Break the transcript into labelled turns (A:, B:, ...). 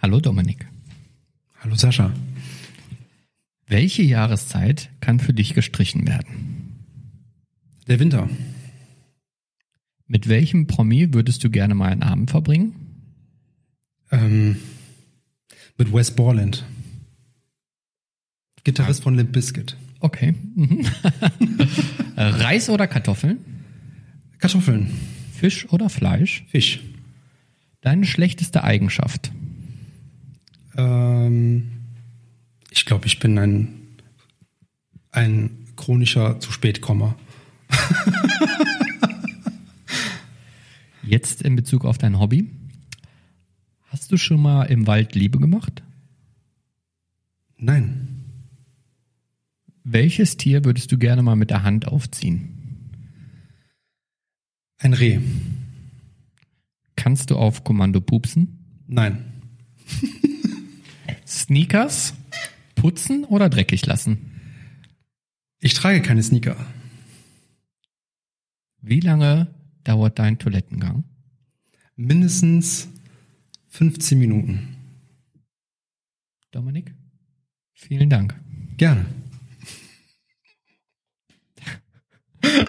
A: Hallo Dominik.
B: Hallo Sascha.
A: Welche Jahreszeit kann für dich gestrichen werden?
B: Der Winter.
A: Mit welchem Promi würdest du gerne mal einen Abend verbringen?
B: Ähm, mit Wes Borland. Gitarrist von Limp Bizkit.
A: Okay. Mhm. Äh, Reis oder Kartoffeln?
B: Kartoffeln.
A: Fisch oder Fleisch?
B: Fisch.
A: Deine schlechteste Eigenschaft?
B: Ähm, ich glaube, ich bin ein, ein chronischer zu spät -Kommer.
A: Jetzt in Bezug auf dein Hobby. Hast du schon mal im Wald Liebe gemacht?
B: Nein.
A: Welches Tier würdest du gerne mal mit der Hand aufziehen?
B: Ein Reh.
A: Kannst du auf Kommando pupsen?
B: Nein.
A: Sneakers? Putzen oder dreckig lassen?
B: Ich trage keine Sneaker.
A: Wie lange dauert dein Toilettengang?
B: Mindestens 15 Minuten.
A: Dominik? Vielen Dank.
B: Gerne.